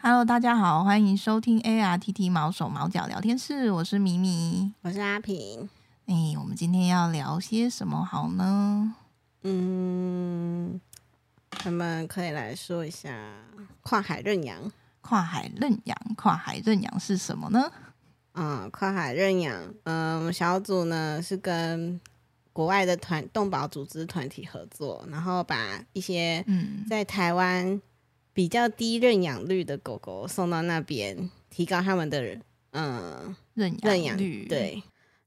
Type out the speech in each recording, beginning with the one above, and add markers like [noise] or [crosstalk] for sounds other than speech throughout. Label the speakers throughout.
Speaker 1: Hello，大家好，欢迎收听 ARTT 毛手毛脚聊天室，我是米米。
Speaker 2: 我是阿平。
Speaker 1: 哎、我们今天要聊些什么好呢？
Speaker 2: 嗯，我们可以来说一下跨海认养。
Speaker 1: 跨海认养，跨海认养是什么呢？
Speaker 2: 嗯，跨海认养，嗯，我们小组呢是跟国外的团动保组织团体合作，然后把一些
Speaker 1: 嗯，
Speaker 2: 在台湾比较低认养率的狗狗送到那边，提高他们的嗯
Speaker 1: 认
Speaker 2: 认
Speaker 1: 养
Speaker 2: 养
Speaker 1: 率，，
Speaker 2: 对。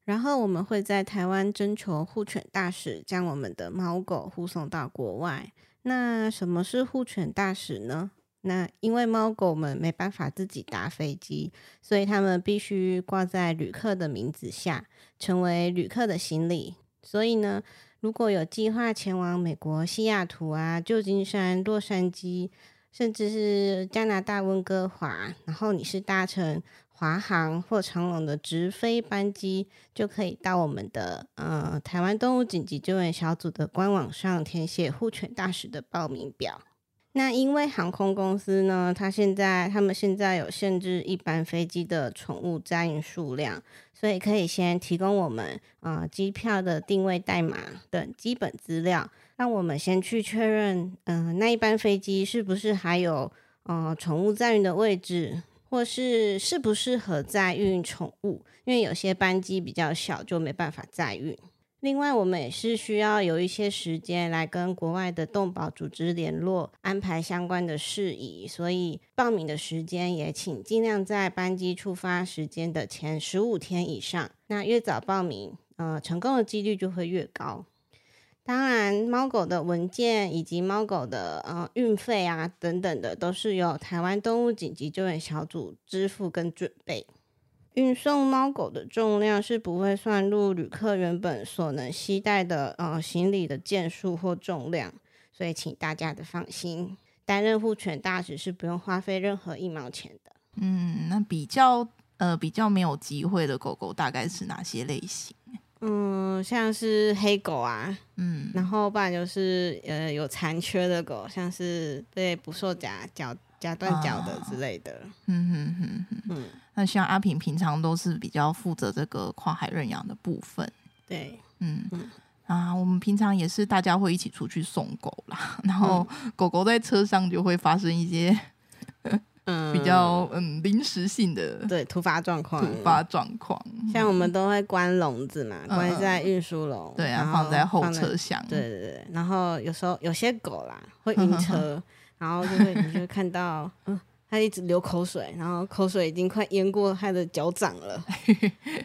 Speaker 2: 然后我们会在台湾征求护犬大使，将我们的猫狗护送到国外。那什么是护犬大使呢？那因为猫狗们没办法自己搭飞机，所以它们必须挂在旅客的名字下，成为旅客的行李。所以呢，如果有计划前往美国西雅图啊、旧金山、洛杉矶，甚至是加拿大温哥华，然后你是搭乘华航或长龙的直飞班机，就可以到我们的呃台湾动物紧急救援小组的官网上填写护犬大使的报名表。那因为航空公司呢，它现在他们现在有限制一般飞机的宠物载运数量，所以可以先提供我们呃机票的定位代码等基本资料，让我们先去确认，嗯、那一班飞机是不是还有呃宠物载运的位置，或是适不适合载运宠物，因为有些班机比较小，就没办法载运。另外，我们也是需要有一些时间来跟国外的动保组织联络，安排相关的事宜，所以报名的时间也请尽量在班机出发时间的前十五天以上。那越早报名，呃，成功的几率就会越高。当然，猫狗的文件以及猫狗的呃运费啊等等的，都是由台湾动物紧急救援小组支付跟准备。运送猫狗的重量是不会算入旅客原本所能携带的呃行李的件数或重量，所以请大家的放心，担任护犬大使是不用花费任何一毛钱的。
Speaker 1: 嗯，那比较呃比较没有机会的狗狗大概是哪些类型？
Speaker 2: 嗯，像是黑狗啊，
Speaker 1: 嗯，
Speaker 2: 然后不然就是呃有残缺的狗，像是被捕兽夹夹夹断脚的之类的。
Speaker 1: 嗯哼哼哼，
Speaker 2: 嗯，
Speaker 1: 那像阿平平常都是比较负责这个跨海认养的部分，
Speaker 2: 对，
Speaker 1: 嗯
Speaker 2: 嗯。
Speaker 1: 啊，我们平常也是大家会一起出去送狗啦，然后狗狗在车上就会发生一些
Speaker 2: 嗯，
Speaker 1: 比较嗯临时性的
Speaker 2: 对突发状况，
Speaker 1: 突发状况，
Speaker 2: 像我们都会关笼子嘛，关在运输笼，
Speaker 1: 嗯对
Speaker 2: 然
Speaker 1: 啊，
Speaker 2: 后
Speaker 1: 放在后车
Speaker 2: 对
Speaker 1: 厢，嗯
Speaker 2: 对对对，然后有时候有些狗啦会晕车，然后就会你就会看到，嗯，它一直流口水，然后口水已经快淹过它的脚掌
Speaker 1: [laughs]
Speaker 2: 了，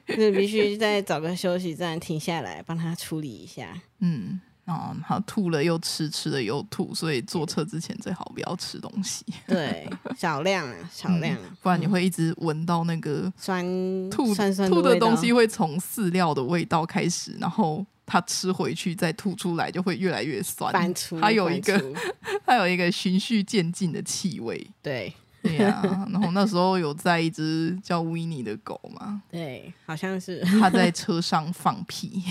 Speaker 2: 就必须再找个休息站停下来帮它处理一下。
Speaker 1: 嗯，哦，好吐了又吃，吃了又吐，所以坐车之前最好不要吃东西， [laughs]
Speaker 2: 对，少量啊，少
Speaker 1: 嗯
Speaker 2: 量啊，
Speaker 1: 不然你会一直闻到那个
Speaker 2: 酸
Speaker 1: 吐
Speaker 2: 酸酸
Speaker 1: 吐
Speaker 2: 的
Speaker 1: 的
Speaker 2: 味道
Speaker 1: 东西，会从饲料的味道开始，然后它吃回去再吐出来就会越来越酸，
Speaker 2: 反出，
Speaker 1: 它有一
Speaker 2: 反
Speaker 1: 个
Speaker 2: 出
Speaker 1: 它有一个循序渐进的气味。
Speaker 2: 对
Speaker 1: 对呀、然后那时候有在一只叫维尼的狗嘛，
Speaker 2: 对，好像是，
Speaker 1: 它在车上放屁，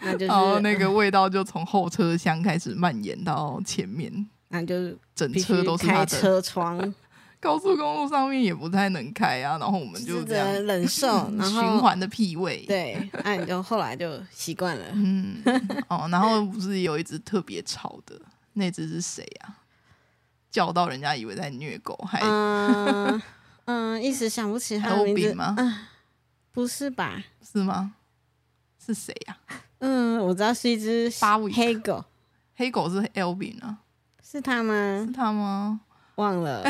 Speaker 2: 那
Speaker 1: [laughs]
Speaker 2: 就是
Speaker 1: 然后那个味道就从后车厢开始蔓延到前面，
Speaker 2: 那就是
Speaker 1: 整
Speaker 2: 必须
Speaker 1: 车都是它
Speaker 2: 开
Speaker 1: 的。
Speaker 2: 车窗，
Speaker 1: 高速公路上面也不太能开啊，然后 [laughs] 我们
Speaker 2: 就
Speaker 1: 就是
Speaker 2: 只
Speaker 1: 这样
Speaker 2: 能忍受，然后
Speaker 1: 循环的屁味。，
Speaker 2: 对，那你就后来就习惯了。
Speaker 1: 嗯，哦，然后不是有一只特别吵的，那只是谁啊？叫到人家以为在虐狗，还 [laughs]
Speaker 2: 嗯嗯，一时想不起他的名
Speaker 1: Albin
Speaker 2: 字
Speaker 1: 吗
Speaker 2: 啊，不是吧？
Speaker 1: 是吗？是谁呀、啊？
Speaker 2: 嗯，我知道是一只
Speaker 1: 巴维克
Speaker 2: 黑狗，
Speaker 1: 黑狗是 Elvin 啊，
Speaker 2: 是它
Speaker 1: 是
Speaker 2: 吗？
Speaker 1: 他吗？
Speaker 2: 忘
Speaker 1: [laughs]
Speaker 2: 了。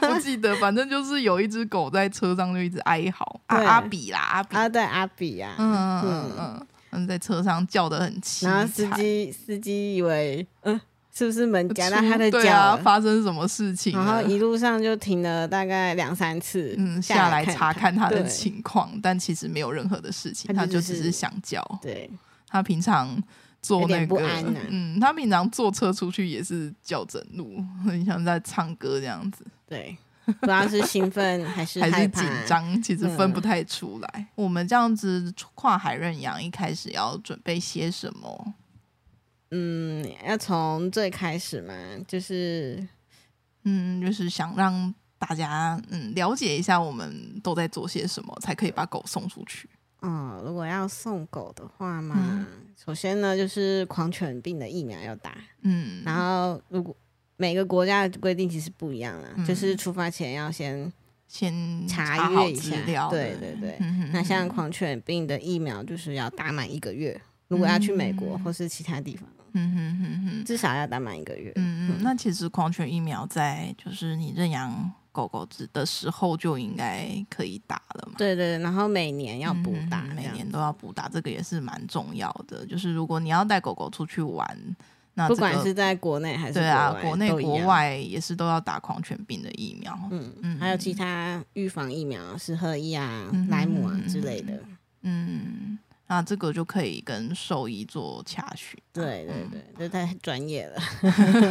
Speaker 1: 不记得，反正就是有一只狗在车上就一直哀嚎，啊、
Speaker 2: 对
Speaker 1: 阿比啦，阿比，
Speaker 2: 啊，对，阿比呀、
Speaker 1: 嗯嗯嗯嗯嗯，在车上叫的很凄
Speaker 2: 然后
Speaker 1: 惨，
Speaker 2: 司机司机以为，嗯，是不是门夹到
Speaker 1: 出
Speaker 2: 他的脚
Speaker 1: 对啊，
Speaker 2: 了？
Speaker 1: 发生什么事情
Speaker 2: 然
Speaker 1: 了？
Speaker 2: 后一路上就停了大概两三次，
Speaker 1: 嗯，下
Speaker 2: 下
Speaker 1: 来查看他的
Speaker 2: 对。
Speaker 1: 情况，但其实没有任何的事情，
Speaker 2: 他
Speaker 1: 他
Speaker 2: 就
Speaker 1: 就
Speaker 2: 只
Speaker 1: 只
Speaker 2: 是
Speaker 1: 是想叫。
Speaker 2: 对，
Speaker 1: 他平常坐
Speaker 2: 有
Speaker 1: 那
Speaker 2: 点
Speaker 1: 个
Speaker 2: 不安啊，
Speaker 1: 嗯，他平常坐车出去也是叫整路，很像在唱歌这样子，
Speaker 2: 对，不知道是兴奋还
Speaker 1: [laughs]
Speaker 2: 是
Speaker 1: 还
Speaker 2: 害
Speaker 1: 是
Speaker 2: 怕
Speaker 1: 紧，张，其实分
Speaker 2: 嗯
Speaker 1: 不太出来。我们这样子跨海认养，一开始要准备些什么？
Speaker 2: 嗯，要从最开始嘛，就是
Speaker 1: 嗯，就是想让大家嗯了解一下我们都在做些什么，才可以把狗送出去。
Speaker 2: 哦，如果要送狗的话嘛，
Speaker 1: 嗯
Speaker 2: 首先呢就是狂犬病的疫苗要打，
Speaker 1: 嗯，
Speaker 2: 然后如果每个国家的规定其实不一样啦，
Speaker 1: 嗯
Speaker 2: 就是出发前要先
Speaker 1: 先
Speaker 2: 查
Speaker 1: 查
Speaker 2: 阅
Speaker 1: 好
Speaker 2: 一
Speaker 1: 资
Speaker 2: 下
Speaker 1: 料，
Speaker 2: 对对对
Speaker 1: 嗯哼
Speaker 2: 那像狂犬病的疫苗就是要打满一个月，如果要去美国
Speaker 1: 嗯
Speaker 2: 或是其他地方，
Speaker 1: 嗯哼哼哼。
Speaker 2: 至少要打满一个月。
Speaker 1: 嗯，嗯，那其实狂犬疫苗在就是你认养狗狗子的时候就应该可以打了嘛。
Speaker 2: 对对，对然后每年要补打
Speaker 1: 嗯
Speaker 2: 这
Speaker 1: 每
Speaker 2: 样，
Speaker 1: 年都要补打，这个也是蛮重要的。就是如果你要带狗狗出去玩，啊那、这个、
Speaker 2: 不管是在国内还是
Speaker 1: 对啊，国内
Speaker 2: 都一
Speaker 1: 国
Speaker 2: 样。
Speaker 1: 外也是都要打狂犬病的疫苗。
Speaker 2: 嗯，
Speaker 1: 嗯
Speaker 2: 还有其他预防疫苗，是合一啊、
Speaker 1: 嗯
Speaker 2: 莱姆啊之类的。
Speaker 1: 嗯，那这个就可以跟兽医做洽询。啊
Speaker 2: 对
Speaker 1: 嗯
Speaker 2: 对对，这太专业了。
Speaker 1: [laughs]
Speaker 2: [laughs]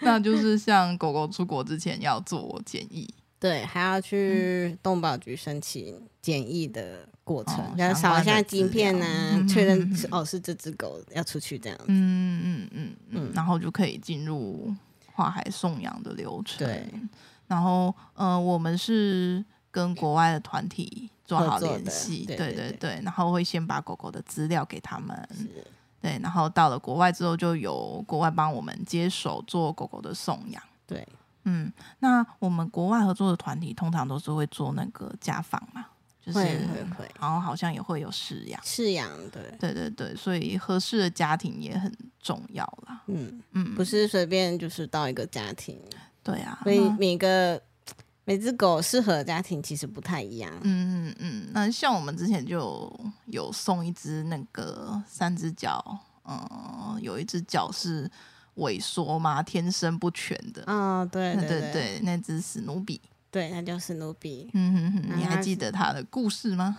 Speaker 1: 那就是像狗狗出国之前要做检疫。
Speaker 2: 对，还要去动保局申请检疫的过
Speaker 1: 嗯哦
Speaker 2: 程，要
Speaker 1: 相
Speaker 2: 扫
Speaker 1: 关
Speaker 2: 一下
Speaker 1: 的
Speaker 2: 晶
Speaker 1: 资
Speaker 2: 片
Speaker 1: 料
Speaker 2: 啊，
Speaker 1: 嗯
Speaker 2: 确认
Speaker 1: 嗯
Speaker 2: 是
Speaker 1: 嗯
Speaker 2: 哦是这只狗要出去这样子。
Speaker 1: 嗯嗯嗯
Speaker 2: 嗯
Speaker 1: 嗯，然后就可以进入跨海送养的流程。
Speaker 2: 对，
Speaker 1: 然后呃，我们是跟国外的团体做
Speaker 2: 合
Speaker 1: 好
Speaker 2: 作
Speaker 1: 联
Speaker 2: 的
Speaker 1: 系，
Speaker 2: 对
Speaker 1: 对
Speaker 2: 对对
Speaker 1: 对，然后会先把狗狗的资料给他们，
Speaker 2: 是
Speaker 1: 对，然后到了国外之后，就由国外帮我们接手做狗狗的送养。
Speaker 2: 对，
Speaker 1: 嗯，那我们国外合作的团体通常都是会做那个家访嘛，就是
Speaker 2: 会会会
Speaker 1: 然后好像也会有饲养，
Speaker 2: 饲养对，
Speaker 1: 对对对，所以合适的家庭也很重要啦。
Speaker 2: 嗯，
Speaker 1: 嗯，
Speaker 2: 不是随便就是到一个家庭，
Speaker 1: 对啊，
Speaker 2: 所以
Speaker 1: 那
Speaker 2: 每个每只狗适合的家庭其实不太一样。
Speaker 1: 嗯嗯嗯，那像我们之前就有有送一只那个三只脚，嗯，有一只脚是萎缩嘛，天生不全的，
Speaker 2: 哦，对
Speaker 1: 那
Speaker 2: 对
Speaker 1: 嗯对对，那只史努比，
Speaker 2: 对，它叫史努比。
Speaker 1: 嗯哼哼，你
Speaker 2: 啊
Speaker 1: 还记得它的故事吗？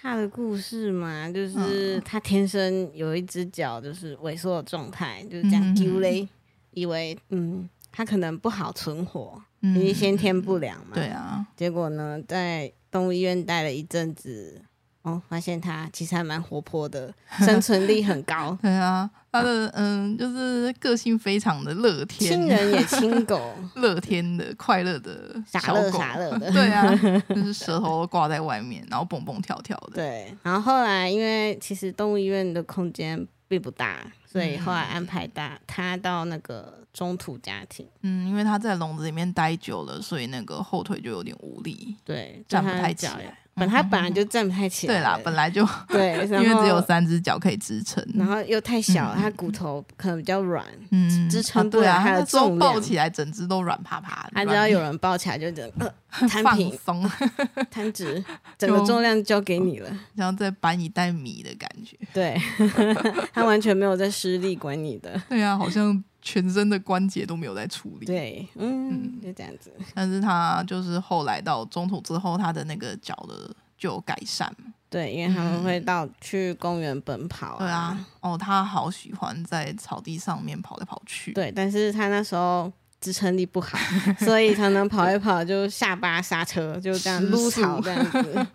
Speaker 2: 它的故事嘛，
Speaker 1: 嗯
Speaker 2: 就是它天生有一只脚就是萎缩的状态，就是这样
Speaker 1: 嗯
Speaker 2: 丢嘞，以为嗯，它可能不好存活，
Speaker 1: 嗯，
Speaker 2: 因为先天不良嘛。
Speaker 1: 对。啊，，
Speaker 2: 结果呢，在动物医院待了一阵子，哦，发现它其实还蛮活泼的，生存力很高
Speaker 1: [laughs] 对啊，它的嗯，就是个性非常的乐
Speaker 2: 亲
Speaker 1: 天，
Speaker 2: 人也亲狗，
Speaker 1: 乐天的快乐的
Speaker 2: 傻
Speaker 1: 小
Speaker 2: 乐
Speaker 1: 狗，
Speaker 2: 傻乐的。
Speaker 1: 对
Speaker 2: [laughs]
Speaker 1: 啊，就是舌头都挂在外面，然后蹦蹦跳跳的，
Speaker 2: 对，然后后来因为其实动物医院的空间并不大，所
Speaker 1: 嗯
Speaker 2: 以后来安排大他到那个中途家庭，
Speaker 1: 嗯，因为它在笼子里面待久了，所以那个后腿就有点无力，
Speaker 2: 对，
Speaker 1: 站不
Speaker 2: 就他的
Speaker 1: 太起
Speaker 2: 脚也
Speaker 1: 来。嗯
Speaker 2: 本他本来就站不太起来
Speaker 1: 对
Speaker 2: 了，
Speaker 1: 啦，本来就
Speaker 2: 对，
Speaker 1: [laughs] 因
Speaker 2: [laughs] 然
Speaker 1: 为
Speaker 2: 后
Speaker 1: 只有，三只脚可以支撑，
Speaker 2: 然后又太小，
Speaker 1: 嗯
Speaker 2: 他骨头可能比较软，
Speaker 1: 嗯，
Speaker 2: 支撑
Speaker 1: 啊
Speaker 2: 不
Speaker 1: 对
Speaker 2: 了
Speaker 1: 啊，
Speaker 2: 它的
Speaker 1: 那时候
Speaker 2: 重量
Speaker 1: 抱起来整只都软趴趴的，
Speaker 2: 他只
Speaker 1: 嗯软
Speaker 2: 要有人抱起来就整个、
Speaker 1: [laughs]
Speaker 2: 呃、摊
Speaker 1: 放
Speaker 2: 平、
Speaker 1: 松，
Speaker 2: [laughs]
Speaker 1: [laughs]
Speaker 2: 摊直，整个重量交给你了。
Speaker 1: 像在搬一袋米的感觉。
Speaker 2: 对， [laughs] 他完全没有在施力管你的。
Speaker 1: 对啊，好像全身的关节都没有在处理。，
Speaker 2: 对，嗯，
Speaker 1: 嗯
Speaker 2: 就这样子。
Speaker 1: 但是它就是后来到中途之后，它的那个脚的就有改善嘛。
Speaker 2: 对，因为他们会到去公园奔跑、
Speaker 1: 对啊，哦，它好喜欢在草地上面跑来跑去。
Speaker 2: 对，但是他那时候支撑力不好， [laughs] 所以常常跑一跑就下巴刹车，就这样
Speaker 1: 失
Speaker 2: 撸
Speaker 1: 速
Speaker 2: 草这
Speaker 1: [laughs]
Speaker 2: 样子。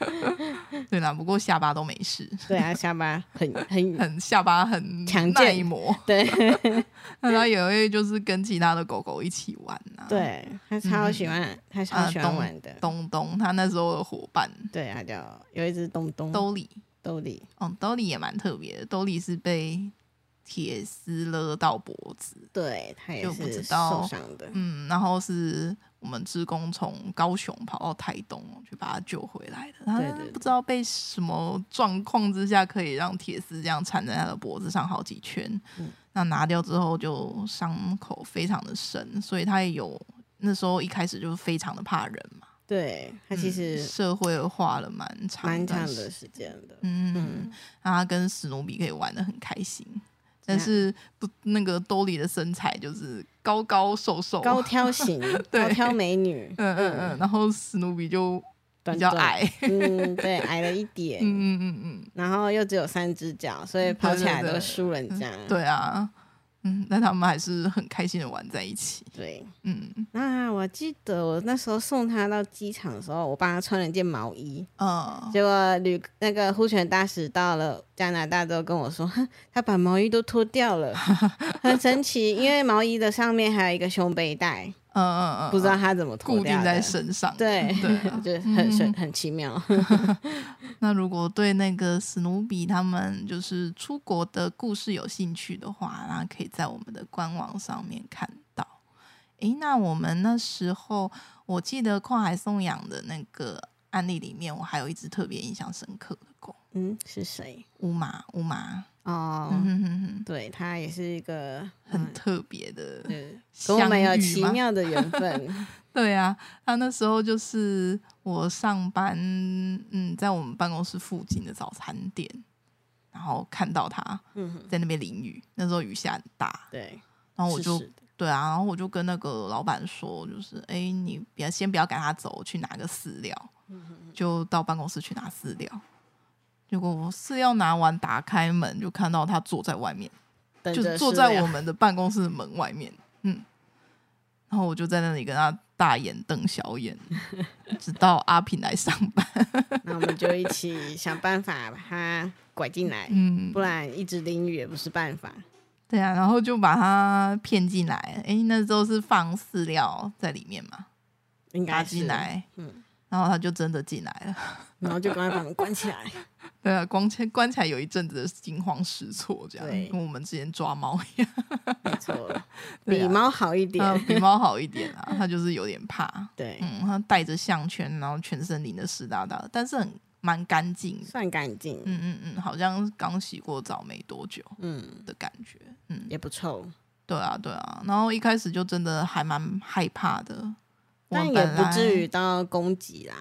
Speaker 1: 对啦，不过下巴都没事，
Speaker 2: 对啊，下巴很很
Speaker 1: 很下巴很
Speaker 2: 强健
Speaker 1: 耐
Speaker 2: [laughs]
Speaker 1: 磨。
Speaker 2: 对
Speaker 1: 那它也会就是跟其他的狗狗一起玩啊。，
Speaker 2: 对，他超喜欢，他超
Speaker 1: 啊
Speaker 2: 喜欢
Speaker 1: 懂
Speaker 2: 玩的。
Speaker 1: 东东它那时候的伙伴
Speaker 2: 对啊，叫有一只东东
Speaker 1: 兜里，
Speaker 2: 兜里，
Speaker 1: 哦，兜里也蛮特别的，兜里是被铁丝勒到脖子，
Speaker 2: 对他也
Speaker 1: 就不
Speaker 2: 是
Speaker 1: 知道
Speaker 2: 受伤的。
Speaker 1: 嗯，然后是我们职工从高雄跑到台东去把它救回来的，它
Speaker 2: 对对对
Speaker 1: 不知道被什么状况之下可以让铁丝这样缠在它的脖子上好几圈，
Speaker 2: 嗯
Speaker 1: 那拿掉之后就伤口非常的深，所以它也有那时候一开始就是非常的怕人嘛，
Speaker 2: 对他其
Speaker 1: 嗯
Speaker 2: 实
Speaker 1: 社会化了蛮长一
Speaker 2: 蛮
Speaker 1: 段
Speaker 2: 长
Speaker 1: 时
Speaker 2: 的时间的。
Speaker 1: 嗯
Speaker 2: 嗯，
Speaker 1: 那他跟史努比可以玩的很开心，但
Speaker 2: 对啊
Speaker 1: 是不那个兜里的身材就是高高瘦瘦，
Speaker 2: 高挑型，高
Speaker 1: [laughs] 对
Speaker 2: 挑美女，
Speaker 1: 嗯嗯嗯，然后史努比就
Speaker 2: 短
Speaker 1: [laughs] 比较
Speaker 2: 短
Speaker 1: 矮，
Speaker 2: 嗯，对，矮了一点，
Speaker 1: 嗯嗯嗯
Speaker 2: 然后又只有三只脚，所以跑起来都输人家。
Speaker 1: 嗯，对啊，嗯，但他们还是很开心的玩在一起，
Speaker 2: 对
Speaker 1: 嗯
Speaker 2: 那我记得我那时候送他到机场的时候，我帮他穿了一件毛衣。
Speaker 1: 呃，
Speaker 2: 结果旅那个护犬大使到了加拿大之后跟我说， [laughs] 哼他
Speaker 1: [laughs] [laughs]
Speaker 2: 把毛衣都脱掉了，很神奇，因为毛衣的上面还有一个胸背带，
Speaker 1: 嗯嗯，
Speaker 2: 不知道它怎么脱
Speaker 1: 固定
Speaker 2: 掉
Speaker 1: 在
Speaker 2: 的。
Speaker 1: 身上。
Speaker 2: 对
Speaker 1: 对 [laughs] 啊
Speaker 2: 就是很神
Speaker 1: 嗯
Speaker 2: 很奇妙。
Speaker 1: 那如果对那个史努比他们就是出国的故事有兴趣的话，那可以在我们的官网上面看到。诶，那我们那时候我记得跨海送养的那个案例里面，我还有一只特别印象深刻的狗
Speaker 2: 嗯，是谁？
Speaker 1: ——乌马，乌马，
Speaker 2: 哦，
Speaker 1: 嗯哼哼哼，
Speaker 2: 对，它也是一个
Speaker 1: 很特别的，
Speaker 2: 嗯，跟
Speaker 1: 相
Speaker 2: 我们有
Speaker 1: 遇
Speaker 2: 奇
Speaker 1: 吗
Speaker 2: 妙的缘分。
Speaker 1: [laughs] 对啊，他那时候就是我上班，嗯，在我们办公室附近的早餐店，然后看到他
Speaker 2: 嗯哼，
Speaker 1: 在那边淋雨，那时候雨下很大，
Speaker 2: 对，
Speaker 1: 然哦后我就是
Speaker 2: 是的
Speaker 1: 对啊，然后我就跟那个老板说，就是哎，你别先不要赶他走，我去拿个饲料，
Speaker 2: 嗯
Speaker 1: 就到办公室去拿饲料。结果我饲料拿完，打开门就看到他坐在外面，
Speaker 2: 等
Speaker 1: 就
Speaker 2: 着
Speaker 1: 是坐
Speaker 2: 饲
Speaker 1: 在
Speaker 2: 料
Speaker 1: 我们的办公室的门外面，嗯，然后我就在那里跟他大眼瞪小眼， [laughs] 直到阿平来上班，
Speaker 2: 那我们就一起想办法把它拐进来，
Speaker 1: 嗯
Speaker 2: 不，然一直淋雨也不是办法。
Speaker 1: 对啊，然后就把他骗进来，哎，那时候是放饲料在里面嘛，
Speaker 2: 应
Speaker 1: 打
Speaker 2: 该
Speaker 1: 进
Speaker 2: 是，
Speaker 1: 来，
Speaker 2: 嗯，
Speaker 1: 然后他就真的进来了，
Speaker 2: 然后就赶快把门关
Speaker 1: [laughs]
Speaker 2: 起来。
Speaker 1: 对啊，光切关起来有一阵子的惊慌失措，这样
Speaker 2: 对
Speaker 1: 跟我们之前抓猫一样，
Speaker 2: 没错，
Speaker 1: 对
Speaker 2: 比
Speaker 1: 啊
Speaker 2: 猫好一点。
Speaker 1: 呃比猫好一点啊，他就是有点怕，
Speaker 2: 对，
Speaker 1: 嗯，他带着项圈，然后全身淋得湿哒哒的，但是很蛮干净的。
Speaker 2: 算干净，
Speaker 1: 嗯嗯嗯，好像刚洗过澡没多久
Speaker 2: 嗯，
Speaker 1: 的感觉。嗯，
Speaker 2: 也不臭，
Speaker 1: 对啊对啊。然后一开始就真的还蛮害怕的，我
Speaker 2: 但
Speaker 1: 们
Speaker 2: 也
Speaker 1: 本
Speaker 2: 不
Speaker 1: 来
Speaker 2: 至于到攻击啦。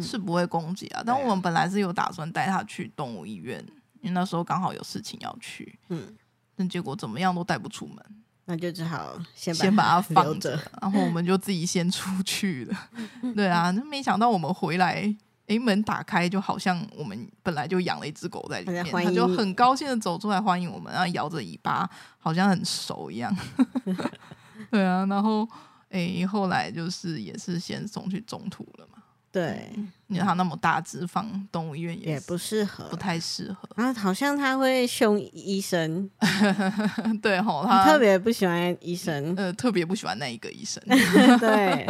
Speaker 1: 是不会攻击啊。但
Speaker 2: 对啊
Speaker 1: 我们本来是有打算带他去动物医院，因为那时候刚好有事情要去。
Speaker 2: 嗯，
Speaker 1: 但结果怎么样都带不出门，
Speaker 2: 那就只好先
Speaker 1: 先把它
Speaker 2: 它留
Speaker 1: 放着
Speaker 2: 着。，
Speaker 1: 然后我们就自己先出去了。
Speaker 2: 嗯
Speaker 1: 对啊，那没想到我们回来，诶，门打开，就好像我们本来就养了一只狗在里
Speaker 2: 它在
Speaker 1: 面，
Speaker 2: 欢
Speaker 1: 它就
Speaker 2: 迎你
Speaker 1: 很高兴的走出来欢迎我们，然后摇着尾巴，好像很熟一
Speaker 2: [laughs]
Speaker 1: 样。对啊，然后诶，后来就是也是先送去中途了嘛，
Speaker 2: 对，
Speaker 1: 因为它那么大只，放动物医院嗯
Speaker 2: 也
Speaker 1: 是
Speaker 2: 不适合。
Speaker 1: 不太适合。 [laughs]
Speaker 2: 然后好像它会凶医生，
Speaker 1: 对吼，
Speaker 2: 我
Speaker 1: 它
Speaker 2: 特别不喜欢医生。
Speaker 1: 呃特别不喜欢那一个医生， [laughs]
Speaker 2: [laughs] 对，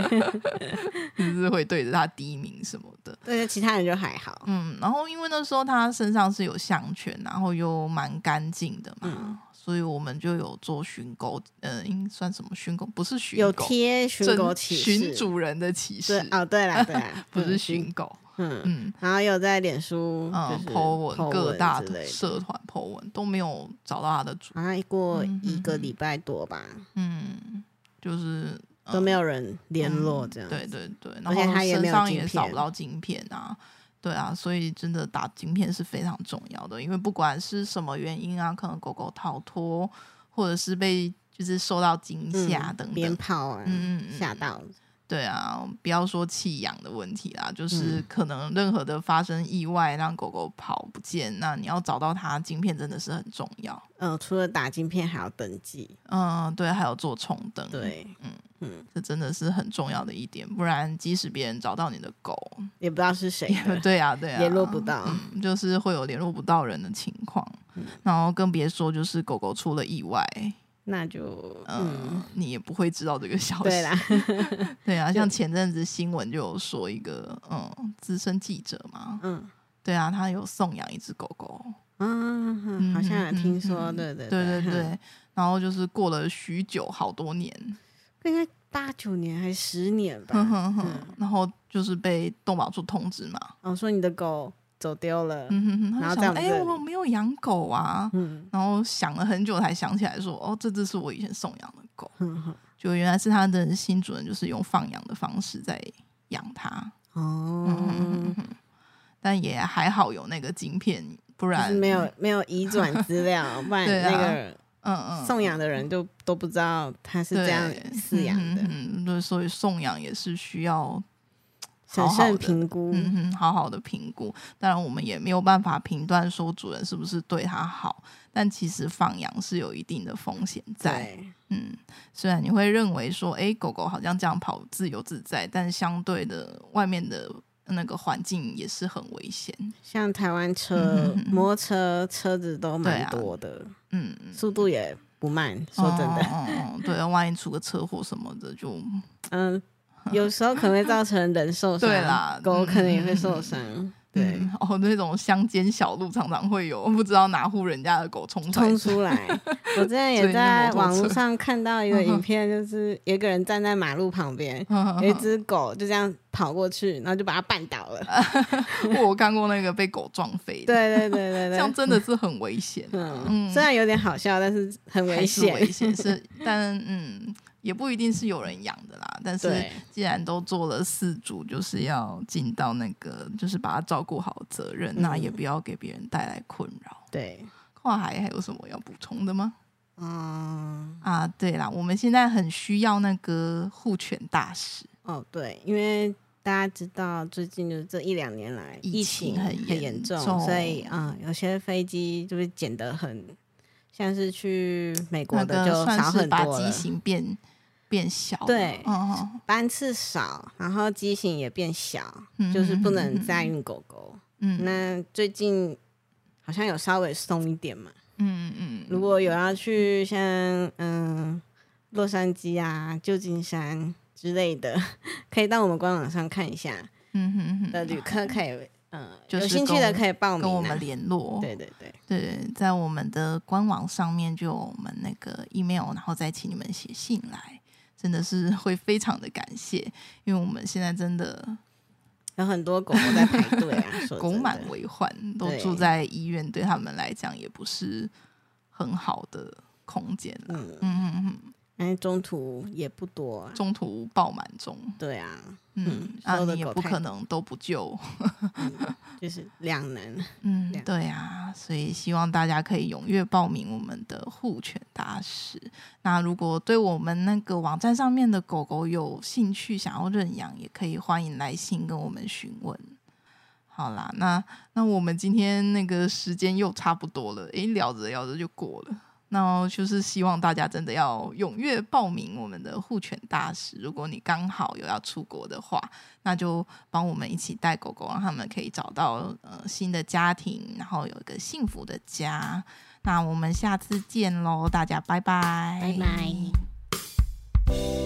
Speaker 1: 就是会对着它低鸣什么的。
Speaker 2: 对，其他人就还好。
Speaker 1: 嗯，然后因为那时候他身上是有项圈，然后又蛮干净的嘛，
Speaker 2: 嗯
Speaker 1: 所以我们就有做寻狗，呃，应算什么寻狗？不是寻
Speaker 2: 有
Speaker 1: 狗，
Speaker 2: 贴寻
Speaker 1: 正
Speaker 2: 狗启事
Speaker 1: 寻主人的启
Speaker 2: 对
Speaker 1: 示，
Speaker 2: 哦，对啦对啦，
Speaker 1: [laughs] 不是
Speaker 2: 嗯
Speaker 1: 寻狗。
Speaker 2: 嗯，
Speaker 1: 嗯
Speaker 2: 然后有在脸书就
Speaker 1: 嗯
Speaker 2: 是
Speaker 1: ，Po 文
Speaker 2: po
Speaker 1: 各
Speaker 2: 文
Speaker 1: 大
Speaker 2: 之类的
Speaker 1: 社团 Po 文都没有找到他的主，
Speaker 2: 好像过
Speaker 1: 嗯
Speaker 2: 一个
Speaker 1: 嗯嗯
Speaker 2: 礼拜多吧，
Speaker 1: 嗯，就是
Speaker 2: 都没有人联络这样。
Speaker 1: 嗯对，对对，然
Speaker 2: 而且
Speaker 1: 后
Speaker 2: 他也没
Speaker 1: 身
Speaker 2: 有
Speaker 1: 上
Speaker 2: 晶
Speaker 1: 也少不
Speaker 2: 片
Speaker 1: 到晶片啊，对啊，所以真的打晶片是非常重要的，因为不管是什么原因啊，可能狗狗逃脱，或者是被就是受到惊吓等
Speaker 2: 嗯鞭
Speaker 1: 等，
Speaker 2: 炮啊，
Speaker 1: 嗯嗯嗯
Speaker 2: 吓到，
Speaker 1: 对啊，不要说弃养的问题啦，
Speaker 2: 嗯
Speaker 1: 就是可能任何的发生意外让狗狗跑不见，那你要找到它，晶片真的是很重要。
Speaker 2: 呃，除了打晶片还要登记，
Speaker 1: 嗯，对，还有做重灯，，
Speaker 2: 对，
Speaker 1: 嗯
Speaker 2: 嗯，
Speaker 1: 这真的是很重要的一点，不然即使别人找到你的狗，
Speaker 2: 也不知道是谁
Speaker 1: 也
Speaker 2: 的，
Speaker 1: [laughs] 对啊，对啊，
Speaker 2: 联络不到，嗯
Speaker 1: 嗯就是会有联络不到人的情况，然后更别说就是狗狗出了意外，
Speaker 2: 那就
Speaker 1: 嗯，
Speaker 2: 嗯，
Speaker 1: 你也不会知道这个消息。
Speaker 2: 对啦，
Speaker 1: 对
Speaker 2: [laughs]
Speaker 1: 啊，像前阵子新闻就有说一个嗯资深记者嘛，
Speaker 2: 嗯
Speaker 1: 对啊，他有送养一只狗狗，
Speaker 2: 啊，好像有听说，
Speaker 1: 嗯
Speaker 2: 对对
Speaker 1: 对对
Speaker 2: 对， [laughs]
Speaker 1: 对，然后就是过了许久，好多年，
Speaker 2: 应该八九年还是十年吧
Speaker 1: 哼，哼哼
Speaker 2: 嗯，
Speaker 1: [laughs] 然后就是被动保处通知嘛，
Speaker 2: 哦，说你的狗走丢了，
Speaker 1: 嗯哼哼，
Speaker 2: 然
Speaker 1: 他
Speaker 2: 后
Speaker 1: 就
Speaker 2: 在
Speaker 1: 想说，哎、
Speaker 2: 我们这里
Speaker 1: 我没有养狗啊，
Speaker 2: 嗯
Speaker 1: 然后想了很久才想起来说，哦，这只是我以前送养的狗，
Speaker 2: 嗯哼
Speaker 1: 就原来是它的新主人就是用放养的方式在养它，嗯
Speaker 2: 哦，
Speaker 1: 但也还好有那个晶片，不
Speaker 2: 就
Speaker 1: 然
Speaker 2: 是没有没有移转资料，不
Speaker 1: [laughs]
Speaker 2: 然
Speaker 1: 对啊
Speaker 2: 那个
Speaker 1: 嗯嗯
Speaker 2: 送养的人就都不知道他是
Speaker 1: 对
Speaker 2: 这样饲养的，
Speaker 1: 嗯嗯嗯对，所以送养也是需要
Speaker 2: 审
Speaker 1: 好好
Speaker 2: 慎
Speaker 1: 的
Speaker 2: 评估。
Speaker 1: 嗯哼，好好的评估。当然，我们也没有办法评断说主人是不是对它好，但其实放养是有一定的风险在。
Speaker 2: 对，
Speaker 1: 嗯，虽然你会认为说，诶，狗狗好像这样跑自由自在，但相对的，外面的那个环境也是很危险。
Speaker 2: 像台湾车
Speaker 1: 嗯嗯、嗯
Speaker 2: 摩托车车子都
Speaker 1: 对
Speaker 2: 蛮
Speaker 1: 啊
Speaker 2: 多的，
Speaker 1: 嗯，
Speaker 2: 速度也不慢， [laughs] 说真的，
Speaker 1: 哦哦哦对，万一出个车祸什么的就，
Speaker 2: 嗯，有时候可能会造成人受伤，
Speaker 1: 对啦
Speaker 2: 狗可能也会
Speaker 1: 嗯
Speaker 2: 受伤，对，
Speaker 1: 嗯哦，那种乡间小路常常会有不知道哪户人家的狗冲出来
Speaker 2: 冲出来。我
Speaker 1: [laughs]
Speaker 2: 之前
Speaker 1: 所以
Speaker 2: 也
Speaker 1: 是
Speaker 2: 在
Speaker 1: 摩托
Speaker 2: 网
Speaker 1: 车
Speaker 2: 络上看到一个影片，就是有一个人站在马路旁
Speaker 1: 嗯
Speaker 2: 边，有一只狗就这样跑过去，然后就把它绊倒了。
Speaker 1: [laughs] 我看过那个被狗撞飞的，
Speaker 2: 对对对
Speaker 1: 这
Speaker 2: 对
Speaker 1: 样
Speaker 2: 对，
Speaker 1: 真的是很危险，
Speaker 2: 嗯，
Speaker 1: 嗯
Speaker 2: 虽然有点好笑，但是很危
Speaker 1: 还是
Speaker 2: 险。
Speaker 1: 危险是，但嗯，也不一定是有人养的啦。但是
Speaker 2: 对
Speaker 1: 既然都做了饲主，就是要尽到那个，就是把它照顾好的责任，那也
Speaker 2: 嗯
Speaker 1: 不要给别人带来困扰。
Speaker 2: 对，
Speaker 1: 跨海还有什么要补充的吗？
Speaker 2: 嗯，
Speaker 1: 啊，对啦，我们现在很需要那个护犬大使，
Speaker 2: 哦对，因为。大家知道，最近就是这一两年来
Speaker 1: 疫
Speaker 2: 情
Speaker 1: 情很
Speaker 2: 很
Speaker 1: 严
Speaker 2: 严重，
Speaker 1: 重
Speaker 2: 所以啊、嗯有些飞机就是减的很，像是去美国
Speaker 1: 那
Speaker 2: 的
Speaker 1: 个
Speaker 2: 就
Speaker 1: 算
Speaker 2: 少
Speaker 1: 是
Speaker 2: 很多
Speaker 1: 把
Speaker 2: 了。
Speaker 1: 机型变变小了。
Speaker 2: 对
Speaker 1: 嗯
Speaker 2: 班次少，然后机型也变小，
Speaker 1: 嗯
Speaker 2: 就是不能再运狗狗。
Speaker 1: 嗯嗯
Speaker 2: 那最近好像有稍微松一点嘛。
Speaker 1: 嗯嗯，
Speaker 2: 如果有要去像嗯洛杉矶啊、旧金山之类的， [laughs] 可以到我们官网上看一下
Speaker 1: 嗯嗯嗯
Speaker 2: 的旅客可以，嗯，
Speaker 1: 就
Speaker 2: 有
Speaker 1: 是
Speaker 2: 兴趣的可以报名、
Speaker 1: 跟
Speaker 2: 啊。
Speaker 1: 我们联络。
Speaker 2: 对对对，
Speaker 1: 对，在我们的官网上面就有我们那个 email，然后再请你们写信来，真的是 [laughs] 会非常的感谢，因为我们现在真的
Speaker 2: 有很多狗狗在排队
Speaker 1: [laughs]
Speaker 2: 啊，说真的
Speaker 1: 狗满为患，都
Speaker 2: 对
Speaker 1: 住在医院，对他们来讲也不是很好的空间了。
Speaker 2: 嗯，
Speaker 1: 嗯嗯嗯，
Speaker 2: 哎，中途也不多、啊。
Speaker 1: 中途爆满中，[laughs]
Speaker 2: 对啊，
Speaker 1: 嗯
Speaker 2: 嗯，
Speaker 1: 啊，
Speaker 2: 收的
Speaker 1: 你也
Speaker 2: 狗
Speaker 1: 不
Speaker 2: 太
Speaker 1: 可能都不救，
Speaker 2: 嗯就是两难。
Speaker 1: 嗯
Speaker 2: 这，样
Speaker 1: 对啊，所以希望大家可以踊跃报名我们的护犬大使。那如果对我们那个网站上面的狗狗有兴趣，想要认养，也可以欢迎来信跟我们询问。好啦，那那我们今天那个时间又差不多了，诶，聊着聊着就过了。那就是希望大家真的要踊跃报名我们的护犬大使。如果你刚好有要出国的话，那就帮我们一起带狗狗，让他们可以找到呃新的家庭，然后有一个幸福的家。那我们下次见喽，大家拜拜，
Speaker 2: 拜拜。